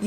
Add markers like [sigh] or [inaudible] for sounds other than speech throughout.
二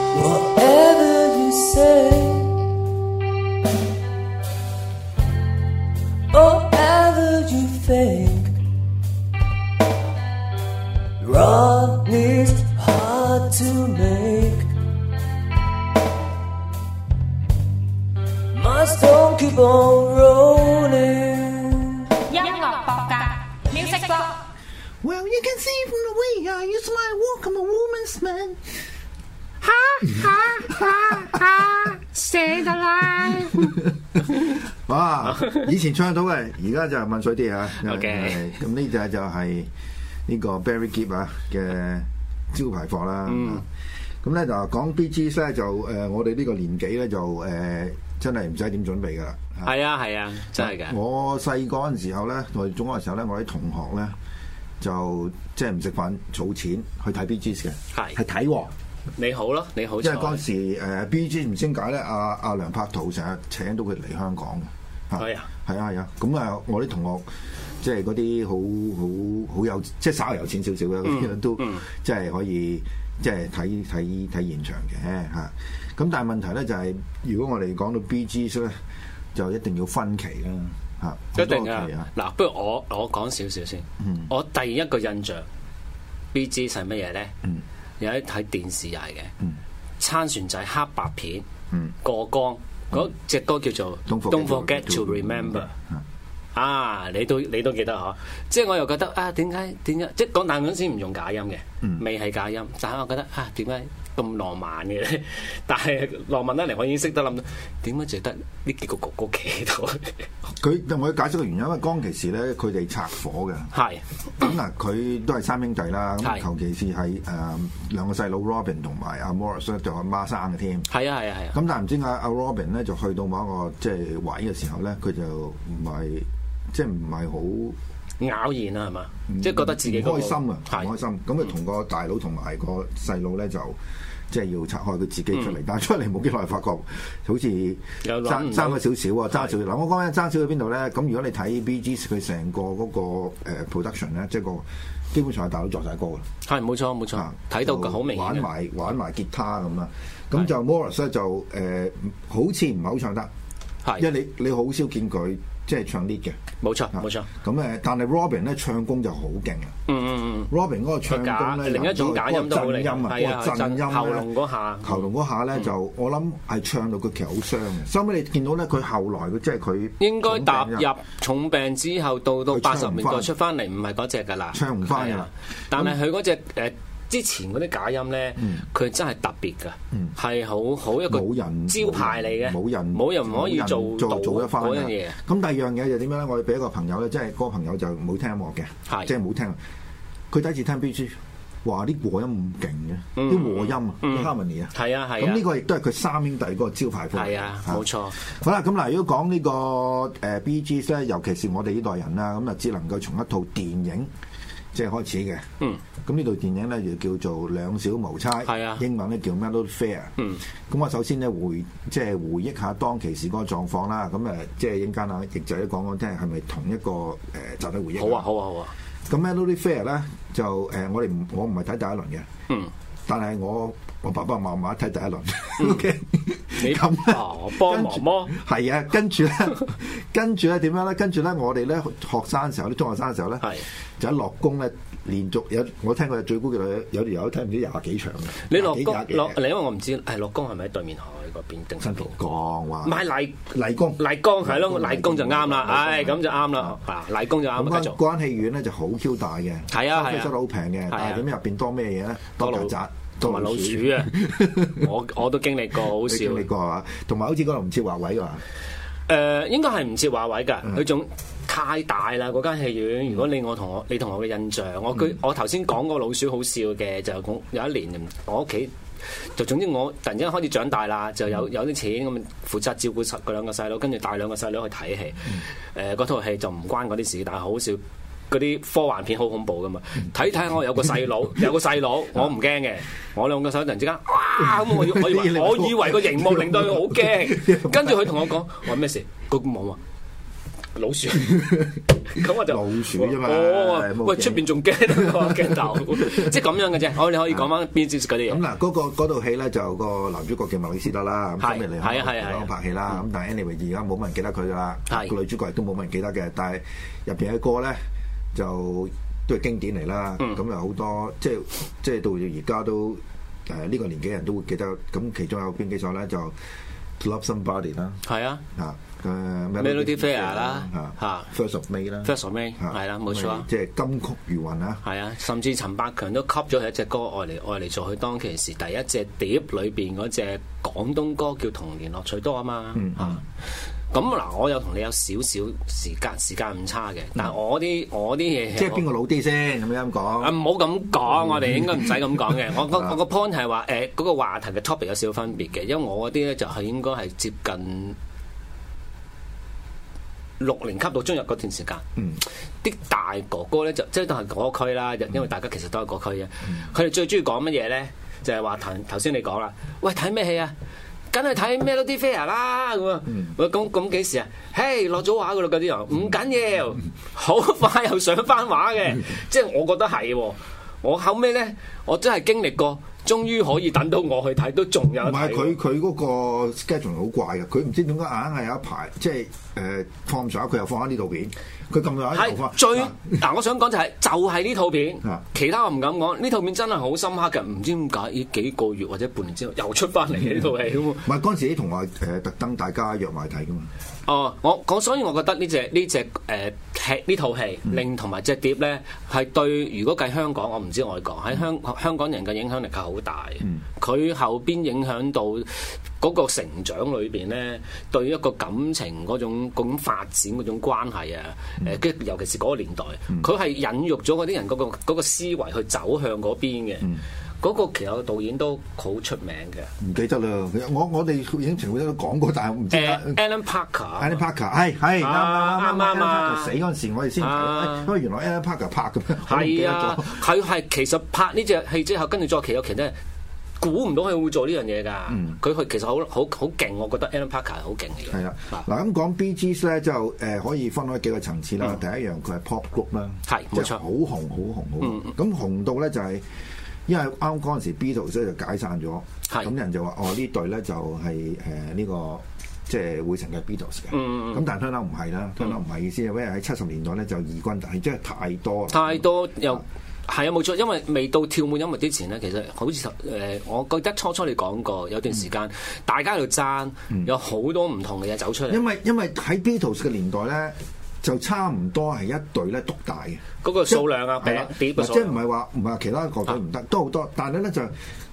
Whatever you say, or ever you think, wrong is hard to make. My stone keep on rolling. 音樂博格 Music b o Well, you can see from the way I use my walk, I'm a woman's man. [laughs] 哇！以前唱到嘅，而家就係問水啲啊。 OK 係咁呢就就係呢個 Barry Gibb 啊嘅招牌貨啦。咁咧就講 B G 咧就誒、呃我哋呢個年紀咧就誒、呃真係唔使點準備噶啦。係啊係啊，真係嘅。我細個嗰陣時候咧，我哋中學嘅時候咧，我啲同學咧就即係唔食飯儲錢去睇 B G 嘅，係係睇喎。你好咯，你好因彩為。嗰陣時誒 B G 唔知點解咧，阿阿梁柏圖成日請到佢嚟香港嘅，係啊，係啊係啊，咁啊我啲同學即係嗰啲好好好有即係稍為有錢少少嘅，咁嗯 [laughs] 樣都即係可以即係睇睇睇現場嘅嚇。咁但係問題咧就係，如果我哋講到 B G 咧，就一定要分期啦嚇，好多一定期啊啊！嗯嗱，不如我我講少少先。我第一個印象 B G 係乜嘢咧？嗯有一睇電視係嘅，撐船仔黑白片嗯，過江嗰隻歌叫做 Don't forget Don't Forget to to Remember。啊啊！你都你都記得嗬，即係我又覺得啊，點解點解即係講大嗰陣時唔用假音嘅，嗯未係假音，但係我覺得啊，點解咁浪漫嘅 [laughs] 咧？但係浪漫得嚟，我已經識得諗到點解淨得呢幾個哥哥企喺度，佢我要解釋個原因，因為當其時咧佢哋拆火嘅。係咁嗱，佢都係三兄弟啦，咁係求其是係誒兩個細佬 Robin 同埋阿 Morris 咧，就阿媽生嘅添。係啊係啊係啊，咁但係唔知點解阿 Robin 咧就去到某一個即係位嘅時候咧，佢就唔係即係唔咬然啊啦係嘛，係好即係覺得自己嗯唔嗰個開心啊，唔開係心。咁佢同個大佬同埋個細佬咧就。即係要拆開佢自己出嚟，但係出嚟冇幾耐，發覺好似又嗯諗爭唔爭咗少到少啊，爭少少。嗱，我講緊爭少少邊度咧？咁如果你睇 B.G. 佢成個嗰個呃 production 咧，即係個基本上係大佬作晒歌㗎啦。係冇錯冇錯啊，哦睇到就佢好明玩顯嘅，埋玩埋吉他咁啦。咁就 Morris 咧就誒、呃好似唔係好唱得，因係為你你好少見佢即係唱 lead 嘅。冇錯啊冇錯，咁誒，但係 Robin 咧唱功就好勁啊嗯嗯嗯。 ！Robin 嗰個唱功咧，佢假另一種假音都嗰好個震音啊，嚟係啊嗰個震音咧喉嚨嗰下嗯喉嚨嗰下咧就我諗係唱到佢其實好傷嘅。收尾你見到咧，佢後來佢即係佢應該踏重病啊入重病之後，到到佢八唱十唔年返代出翻嚟，唔係嗰只噶啦，唱唔返㗎啦係啊但係佢嗰只誒之前嗰啲假音咧，佢真係特別噶，係好好一個嗯冇人招牌嚟嘅，冇人冇人唔可冇以人做到做做一翻嗰樣嘢。咁第二樣嘢就點樣咧？我哋俾一個朋友咧，即係嗰個朋友就冇聽音樂嘅，係即係冇聽。佢第一次聽 B G，哇！啲和音咁勁嘅，嗯啲和音啊，嗯啲 harmony 啊。係啊係咁呢啊，個亦都係佢三兄弟嗰個招牌曲。係啊冇錯，好啦，咁嗱，如果講呢個誒 B G 咧，尤其是我哋呢代人啦，咁啊，只能夠從一套電影即係開始嘅。嗯。咁呢套電影咧就叫做《兩小無猜》，係啊英文咧叫《Melody Fair》。嗯。咁我首先咧回即係回憶下當其時嗰個狀況啦。咁誒，即係陣間啊，亦就講講聽係咪同一個誒集體回憶。好啊。好啊好啊，呃咁《Melody Fair》咧就誒，我哋唔我唔係睇第一輪嘅，嗯但係我我爸爸媽媽睇第一輪 [laughs] ，OK，你咁呢哦幫忙咯，跟住係啊，跟住咧， [laughs] 跟住咧點樣咧？跟住咧，我哋咧學生嘅時候，啲中學生嘅時候咧係，就一落工咧，連續有我聽過最高嘅有條友睇唔知廿幾場嘅，你落廿幾工廿幾落，你因為我唔知係落工係咪喺對面海嗰邊定新邊蒲？崗唔話係麗麗江。麗江係咯，麗麗江江就啱啦，麗江啊唉咁就啱啦，嗱麗江就咁嗰啱啦，繼間續嗰間戲院咧就好 Q 大嘅，係啊係啊收得好平嘅，係啊但係點入邊多咩嘢咧？多多老曱甴，同埋老鼠啊！ [laughs] 我我都經歷過，好你笑啊經。歷過係嘛？同埋好似嗰度唔設華位 [laughs] 㗎嘛？誒、應該係唔設華位㗎，嗯佢仲太大啦嗰間戲院。如果你我同我你同我嘅印象，我嗯佢我頭先講個老鼠好笑嘅，就講有一年我屋企就總之我突然間開始長大嗯啦，就有有啲錢咁負責照顧佢兩個細佬，跟住帶兩個細佬去睇戲。嗯誒嗰套戲就唔關嗰啲事，但係好笑。嗰啲科幻片好恐怖噶嘛，嗯睇睇我有個細 [laughs] 佬，有個細啊佬，我唔驚嘅，我兩個手突然之間，哇咁我以我以為我以為個熒幕令到佢好 [laughs] 驚，跟住佢同我講，我話咩事？個網話老 [laughs] 鼠，咁我就老鼠啫嘛哦，冇喂驚出邊仲驚啊個鏡頭， [laughs] 即係咁樣嘅啫。我哋可以講翻 B G 嗰咁啲嘢，嗱，嗰個嗰套戲咧就個男主角叫麥里斯德啦，咁係今日嚟係啊係啊香港拍戲啦，咁但係 anyway 而家冇乜人記得佢㗎啦，係個女主角亦都冇乜人記得嘅，但係入邊嘅歌咧就都係經典嚟啦，嗯咁有好多即係即係到而家都誒呢個年紀人都會記得，咁其中有邊幾首咧就 Love Somebody 啦，係啊啊誒 Melody Fair 啦啊，First of May 啦 f i r s t of May 啊係啦，冇錯啊。即係金曲如雲啊！係啊，甚至陳百強都吸咗佢一隻歌愛嚟愛嚟做佢當其時第一隻碟裏邊嗰隻廣東歌叫《童年樂趣多》啊嘛嗯嚇。咁嗱，我有同你有少少時間時間誤差嘅，但係我啲我啲嘢即係邊個嗯老啲先咁樣啊，講？唔好咁講，我哋應該唔使咁講 [laughs] 嘅。我我我個 point 係啊話誒嗰個話題嘅 topic 有少少分別嘅，因為我嗰啲咧就係應該係接近六年級到中入嗰段時間。嗯，啲大哥哥咧就即係都係嗰個區啦，因為大家其實都係嗰區嘅。佢哋最中意講乜嘢咧？就係話頭頭先你講啦，喂睇咩戲啊？梗係睇 Melody Fair 啦咁啊！喂咁咁幾時啊？嘿落咗畫噶啦嗰啲人，唔緊要，好快又上翻畫嘅，即係我覺得係喎。我後尾咧，我真係經歷過，終於可以等到我去睇，都仲有唔係得睇喎。佢佢嗰個 schedule 好怪嘅，佢唔知點解硬係有一排即係誒放唔上，佢又放喺呢度片，佢咁樣喺度係放。最嗱，我想講就係就係呢套片啊，其他我唔敢講。呢套片真係好深刻嘅，唔知點解呢幾個月或者半年之後又出翻嚟嘅呢套戲咁喎啊唔係嗰陣時啲同學誒特登大家約埋睇噶嘛，哦，我講，所以我覺得呢只呢只誒劇呢套戲，嗯令同埋只碟咧，係對如果計香港，我唔知外國喺香嗯香港人嘅影響力係好大嘅。佢、後邊影響到嗰個成長裏邊咧，對一個感情嗰種嗰種發展嗰種關係啊，嗯誒、跟住尤其是嗰個年代，佢係、引育咗嗰啲人嗰、個嗰個思維去走向嗰邊嘅。嗰個其實個導演都好出名嘅，嗯唔記得啦。我我哋影評會都講過，但係我唔知誒、啦。呃 Alan Parker。 Alan Parker 係係啱啊啱啱啱 Alan 啱啊 Parker 死嗰陣時，我哋先啊睇，因為原來 Alan Parker 拍嘅咩，我都唔記係得啊咗。，佢係其實拍呢隻戲之後，跟住再其有其他，估唔到佢會做呢樣嘢㗎。佢佢、其實好好好勁，我覺得 Alan Parker 係好勁嚟嘅。嗯係啦，啊嗱咁講 B G S 咧就誒可以分開幾個層次啦。第一樣佢係 pop group 啦，嗯係即冇錯嗯好紅好紅好紅。咁紅到咧就係因為啱嗰陣時 Beatles 咧就解散咗，係咁人就話哦呢隊咧就係誒呢個。即係會成嘅 Beatles 嘅，嗯嗯咁但係 turn out 唔係啦，turn out 唔係意思係因為喺七十年代咧就異軍突起，即係太多啦。太多又係啊，冇錯，因為未到跳舞音樂之前咧，其實好似誒、呃我覺得初初你講過有段時間，嗯大家喺度爭，有好多唔同嘅嘢走出嚟，因為因為喺 Beatles 嘅年代咧，就差唔多係一隊咧獨大嘅。嗰個數量啊，係啦餅碟嘅嗱數即係量唔啊係話唔係話其他樂隊唔得，都好多，但係咧就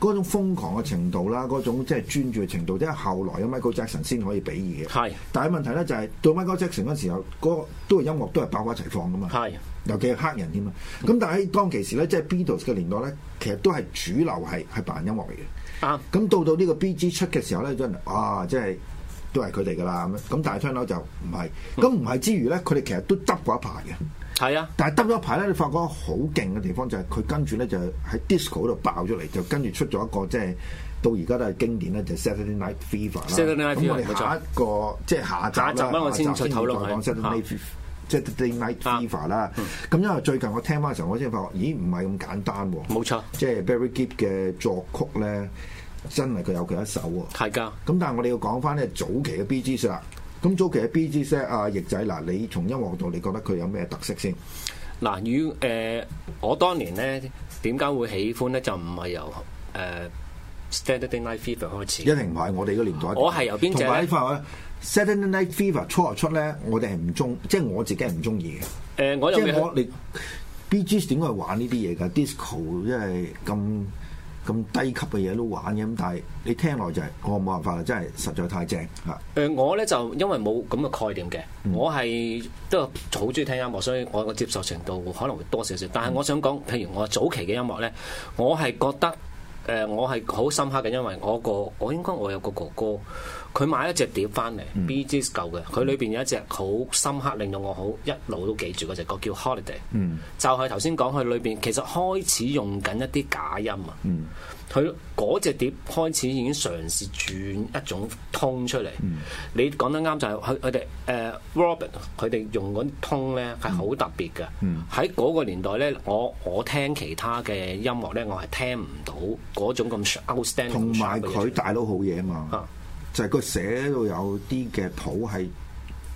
嗰種瘋狂嘅程度啦，嗰種即係專注嘅程度，即係後來有啊 Michael Jackson 先可以比擬嘅。係但係問題咧就係、到 Michael Jackson 嗰時候，嗰、個都係音樂都係百花齊放噶嘛，係尤其係黑人添啊。咁但係喺當其時咧，即係 Beatles 嘅年代咧，其實都係主流係係白人音樂嚟嘅。啱。咁到到呢個 B.G 出嘅時候咧，真係啊，即係都係佢哋噶啦咁樣。咁但係 turn out 就唔係。咁唔係之餘咧，佢哋其實都執過一排嘅。係啊，但係得咗一排咧，你發覺好勁嘅地方就係佢跟住咧就喺 disco 嗰度爆出嚟，就跟住出咗一個即係到而家都係經典咧，就 Saturday Night Fever 啦。 Saturday Night 咁我 Fever，冇錯哋下一個即係下集下一集啦啦，我先再再討論佢啊嗯講 Saturday Night Fever。Saturday Night Fever 啦，咁因為最近我聽翻嘅時候，我先發覺，咦唔係咁簡單喎。冇錯。即係 Barry Gibb 嘅作曲咧，真係佢有佢一手喎。係㗎，咁但係我哋要講翻咧早期嘅 B G s 啦。咁早期嘅 B G s 啊，翼仔嗱，你從音樂度你覺得佢有咩特色先？嗱，與誒、呃我當年咧點解會喜歡咧，就唔係由誒、呃 Saturday Night Fever 開始一。定唔係我哋嗰年代。我係由邊同隻呢埋呢份咧 Saturday Night Fever 初頭出咧，我哋係唔中，即係我自己係唔中意嘅。誒、呃我又即未係我你 B G s 點解玩呢啲嘢㗎？Disco 因係咁咁低級嘅嘢都玩嘅，咁但係你聽落就係、我冇辦法啦，真係實在太正嚇。誒、呃我咧就因為冇咁嘅概念嘅，我係都好中意聽音樂，所以我個接受程度可能會多少少。但係我想講，譬如我早期嘅音樂咧，我係覺得誒、呃我係好深刻嘅，因為我個我應該我有個哥哥，佢買一隻碟翻嚟、b G s 舊嘅，佢裏邊有一隻好深刻，令到我好一路都記住嗰隻歌叫 Holiday，、就嗯係頭先講佢裏邊其實開始用緊一啲假音啊。嗯佢嗰只碟開始已經嘗試轉一種通出嚟。嗯你講得啱就係佢佢哋誒 Robert 佢哋用嗰啲通咧係好特別嘅。嗯喺嗰、個年代咧，我我聽其他嘅音樂咧，我係聽唔到嗰種咁 outstanding 同埋嗯 sharp 嘅嘢佢大佬好嘢嘛，啊就係佢寫到有啲嘅譜係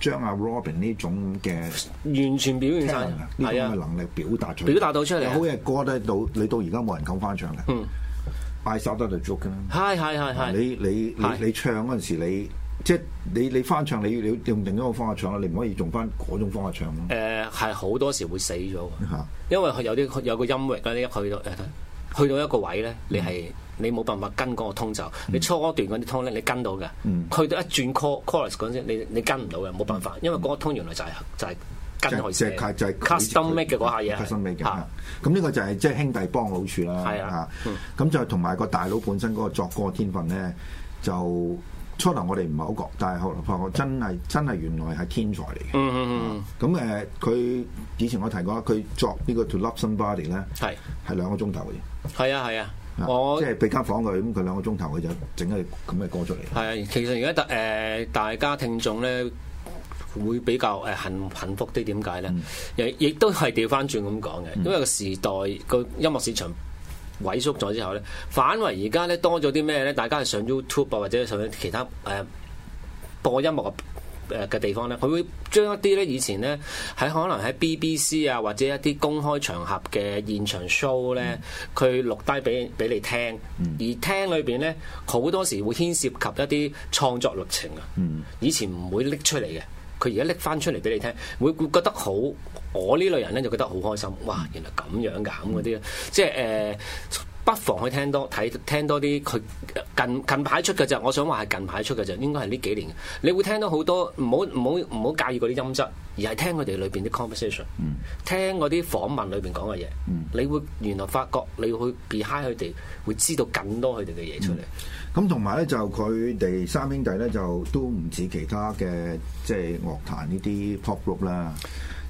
將阿 Robin 呢種嘅完全表現 talent 晒啊，呢種係嘅啊。能力表達出表達到出嚟啊有好嘅歌咧，到你到而家冇人敢翻唱嘅。嗯拜手得就捉㗎啦。係係係係，你你係你你唱嗰陣時，你即係你你翻唱，你你用另一個方法唱啦，你唔可以用翻嗰種方法唱咯。誒呃係好多時會死咗喎嚇因為佢有啲有個音域咧，一去到誒去到一個位咧，嗯你係你冇辦法跟嗰個通走。你初段嗰啲通咧，你跟到嘅，嗯去到一轉 call chorus 嗰陣時，你你跟唔到嘅，冇辦法，因為嗰個通原來就係就係跟佢即寫係佢就係佢 custom make 嘅嗰下嘢係 custom make 嘅嚇嚇。咁呢個就係即係兄弟幫老處啦。係啊嚇，咁就同埋個大佬本身嗰個作歌天分咧，就初頭我哋唔係好覺，但係後來發覺真係真係原來係天才嚟嘅。嗯嗯咁誒，佢以前我提過，佢作呢個 To Love Somebody 咧，嗯，係係兩個鐘頭嘅啫。係啊係啊，啊我即。係俾間房佢，咁佢兩個鐘頭佢就整一隻咁嘅歌出嚟。係啊，其實而家大誒大家聽眾咧會比較誒幸幸福啲，點解咧？亦亦都係調翻轉咁講嘅，因為個時代個音樂市場。萎縮咗之後咧，反為而家咧多咗啲咩咧？大家係上 YouTube 啊，或者上其他誒、呃播音樂嘅誒呃嘅地方咧，佢會將一啲咧以前咧喺可能喺 BBC 啊或者一啲公開場合嘅現場 show 咧，佢錄低俾俾你聽，而聽裏邊咧好多時會牽涉及一啲創作歷程啊，以前唔會拎出嚟嘅。佢而家拎翻出嚟俾你聽，會會覺得好，我呢類人咧就覺得好開心，哇！原來咁樣㗎，咁嗰啲，即係誒、呃不妨去聽多睇聽多啲佢近近排出嘅啫，我想話係近排出嘅啫，應該係呢幾年嘅。你會聽到好多唔好唔好唔好介意嗰啲音質，而係聽佢哋裏邊啲 conversation，、聽嗯嗰啲訪問裏邊講嘅嘢，你會原來發覺你會 behind 佢哋，會知道更多佢哋嘅嘢出嚟。咁同埋咧就佢哋三兄弟咧就都唔似其他嘅即係樂壇呢啲 pop group 啦，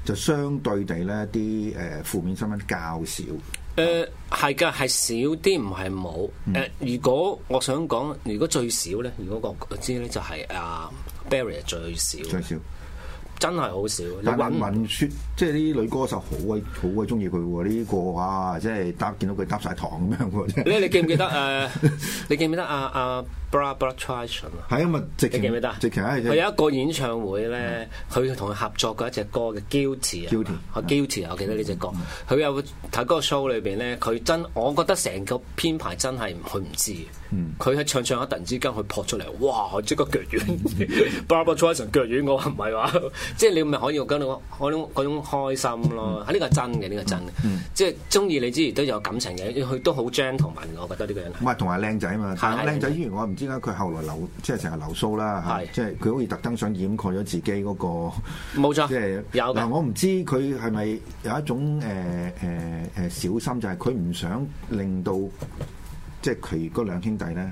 就相對地咧啲誒負面新聞較少。嗯誒呃係㗎，係少啲唔係冇。誒、如果我想講，如果最少咧，如果我知咧就係、啊 barrier 最少，最少，真係好少。你但係揾文雪即係啲女歌手好鬼好鬼中意佢喎，呢個啊，即係搭見到佢搭晒糖咁樣喎，真係你你記唔記得誒、呃你記唔記得阿阿 Bra Bra t r i s o n 啊？係啊嘛，直你情記唔記得啊？直情係嗯佢有一個演唱會咧，佢同佢合作過一隻歌嘅 Guilty 啊 Guilty，嗯啊 Guilty 啊，我記得呢只歌。佢有睇嗰個 show 裏邊咧，佢真我覺得成個編排真係佢唔知嘅嗯佢喺唱唱下突然之間佢撲出嚟，哇！我即刻腳軟 [laughs] ，Barbara Streisand 腳軟，我話唔係話， [laughs] 即係你咪可以跟到嗰種嗰種開心嗯咯。啊呢個係真嘅，呢個係真嘅，即係中意你之餘都有感情嘅，佢都好 gentleman，我覺得呢個人係。唔係同埋靚仔嘛，但係係靚仔依然我唔知點解佢後來留即係成日留鬚啦，嚇係即係佢好似特登想掩蓋咗自己嗰個冇錯即係啊有嘅嗱，我唔知佢係咪有一種誒誒誒小心，就係佢唔想令到即係佢嗰兩兄弟咧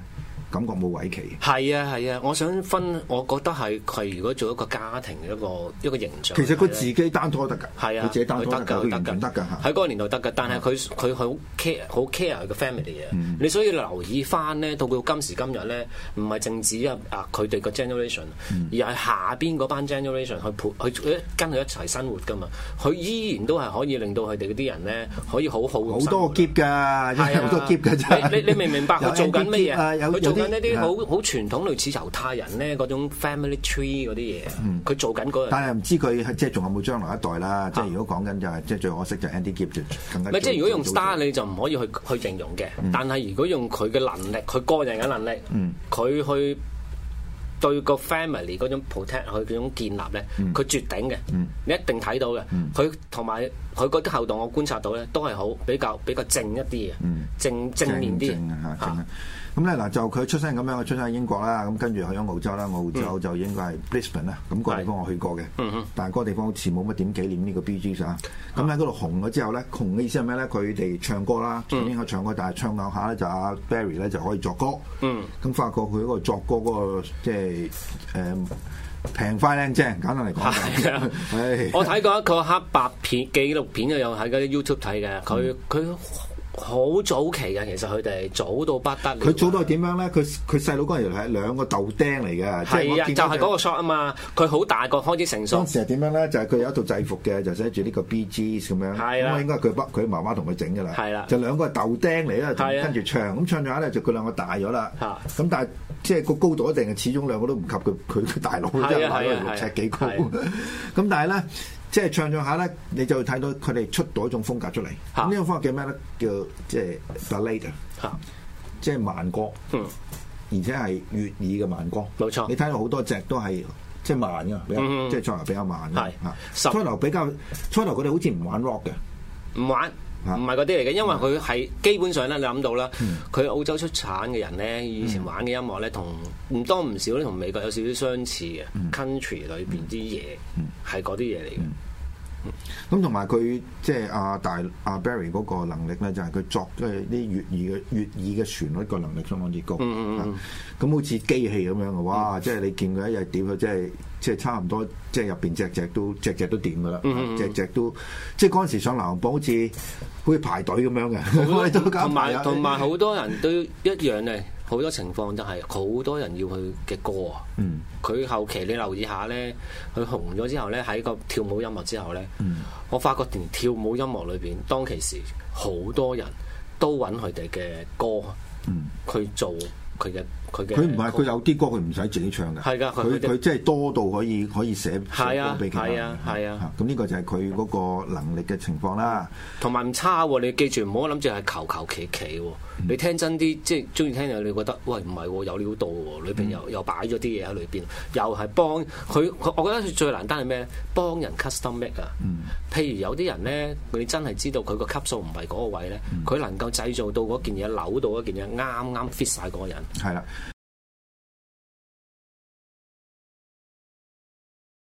感覺冇位期。係啊係啊，我想分，我覺得係佢如果做一個家庭嘅一個一個形象，其實佢自己單拖得㗎，啊係啊，佢自己單拖佢得㗎，㗎佢完得全㗎得㗎嚇啊喺嗰個年代得㗎，但係佢佢好 care 好 care 佢嘅 family 嘅。嗯你所以留意翻咧，到到今時今日咧，唔係淨止啊啊佢哋個 generation，而係嗯下邊嗰班 generation 去陪去去跟佢一齊生活㗎嘛。佢依然都係可以令到佢哋嗰啲人咧可以好好好好多劫㗎， [laughs] 真係好多劫㗎真係啊你你你明唔明白佢做緊乜嘢？有啊佢做緊一啲好好，好傳統類似猶太人咧嗰種 family tree 嗰啲嘢，佢做緊嗰樣嘢。嗯但係唔知佢即係仲有冇將來一代啦。即係如果講緊就係即係最可惜就係 Andy Gibb 就更加唔係即係如果用 star 你你就唔可以去去形容嘅，但係如果用佢嘅能力，佢個人嘅能力嗯，佢、去對個 family 嗰種 protect 佢嗰種建立咧，嗯佢、絕頂嘅，你一定睇到嘅。佢同埋佢嗰啲後動，我觀察到咧，都係好比較比較正一啲嘅，正正面啲嗯正啊嘅嚇正啊咁咧嗱就佢出身咁樣，佢出生喺英國啦，咁跟住去咗澳洲啦，澳洲就應該係 Brisbane 啦，咁個地方我去過嘅嗯哼，但係嗰個地方好似冇乜點紀念呢個 B G 啊。咁喺嗰度紅咗之後咧，紅嘅意思係咩咧？佢哋唱歌嗯啦，應該唱歌，但係唱兩下咧就阿 Barry 咧就可以作歌，嗯咁發覺佢嗰個作歌嗰個即係誒嗯平快靚正，簡單嚟講 [laughs] 係就，啊哦唉我睇過一個黑白片紀錄片，又有喺嗰啲 YouTube 睇嘅，佢佢嗯好早期嘅，其實佢哋早到不得了㗎。佢做到係點樣咧？佢佢細佬嗰陣時係兩個豆釘嚟嘅，即係我係啊，見就到係嗰個 shot 啊嘛，佢好大個開始成熟當，時係點樣咧？就係佢有一套制服嘅，就寫住呢個 B G 咁樣。係啦咁啊應該係佢爸佢媽媽同佢整㗎啦。係啦就兩個係豆釘嚟啦，係啊跟住唱咁唱咗下咧，就佢兩個大咗啦。嚇咁但係即係個高度一定係始終兩個都唔及佢 [laughs] 佢佢大佬，啊即係大係啊佬六尺幾高。係啊咁但係咧，即係唱唱下咧，你就睇到佢哋出到一種風格出嚟。嚇咁呢種風格叫咩咧？叫即係 ballad 啊嚇即係慢歌。嗯，而且係粵語嘅慢歌，冇錯你睇到好多隻都係即係慢嘅，比較嗯即係唱嚟比較慢嘅係。啊十初頭比較初頭佢哋好似唔玩 rock 嘅，唔玩。啊唔係嗰啲嚟嘅，因為佢係基本上咧，你諗到啦，嗯佢澳洲出產嘅人咧，以前玩嘅音樂咧，同唔多唔少咧，同美國有少少相似嘅嗯 country 裏邊啲嘢，係嗰啲嘢嚟嘅。咁同埋佢即係阿大阿 Barry 嗰個能力咧，就係佢作嘅啲粵語嘅粵語嘅旋律個能力相當之高。嗯嗯嗯啊咁好似機器咁樣嘅，哇！即係你見佢一日點佢即係即係差唔多，即係入邊隻隻都隻隻都掂噶啦，嗯隻隻都即係嗰陣時上流行榜好似好似排隊咁樣嘅，我哋 [laughs] 都搞同排啊埋同埋好多人都一樣咧，好多情況就係好多人要佢嘅歌啊。嗯佢後期你留意下咧，佢紅咗之後咧，喺個跳舞音樂之後咧，嗯我發覺連跳舞音樂裏邊，當其時好多人都揾佢哋嘅歌，佢做佢嘅佢嘅。嗯佢唔係佢。有啲歌佢唔使自己唱嘅，係㗎佢佢佢哋佢即係多到可以可以寫係寫啊歌俾其他人係啊係啊，咁呢個就係佢嗰個能力嘅情況啦。同埋唔差喎，你記住唔好諗住係求求其其喎。你聽真啲，即係中意聽嘅，你覺得喂唔係喎，有料到喎，裏邊又又擺咗啲嘢喺裏邊，又係幫佢。佢我覺得佢最難單係咩咧？幫人 custom make 啊。譬如有啲人咧，你真係知道佢個級數唔係嗰個位咧，佢能夠製造到嗰件嘢，扭到嗰件嘢啱啱 fit 晒嗰個人。係啦，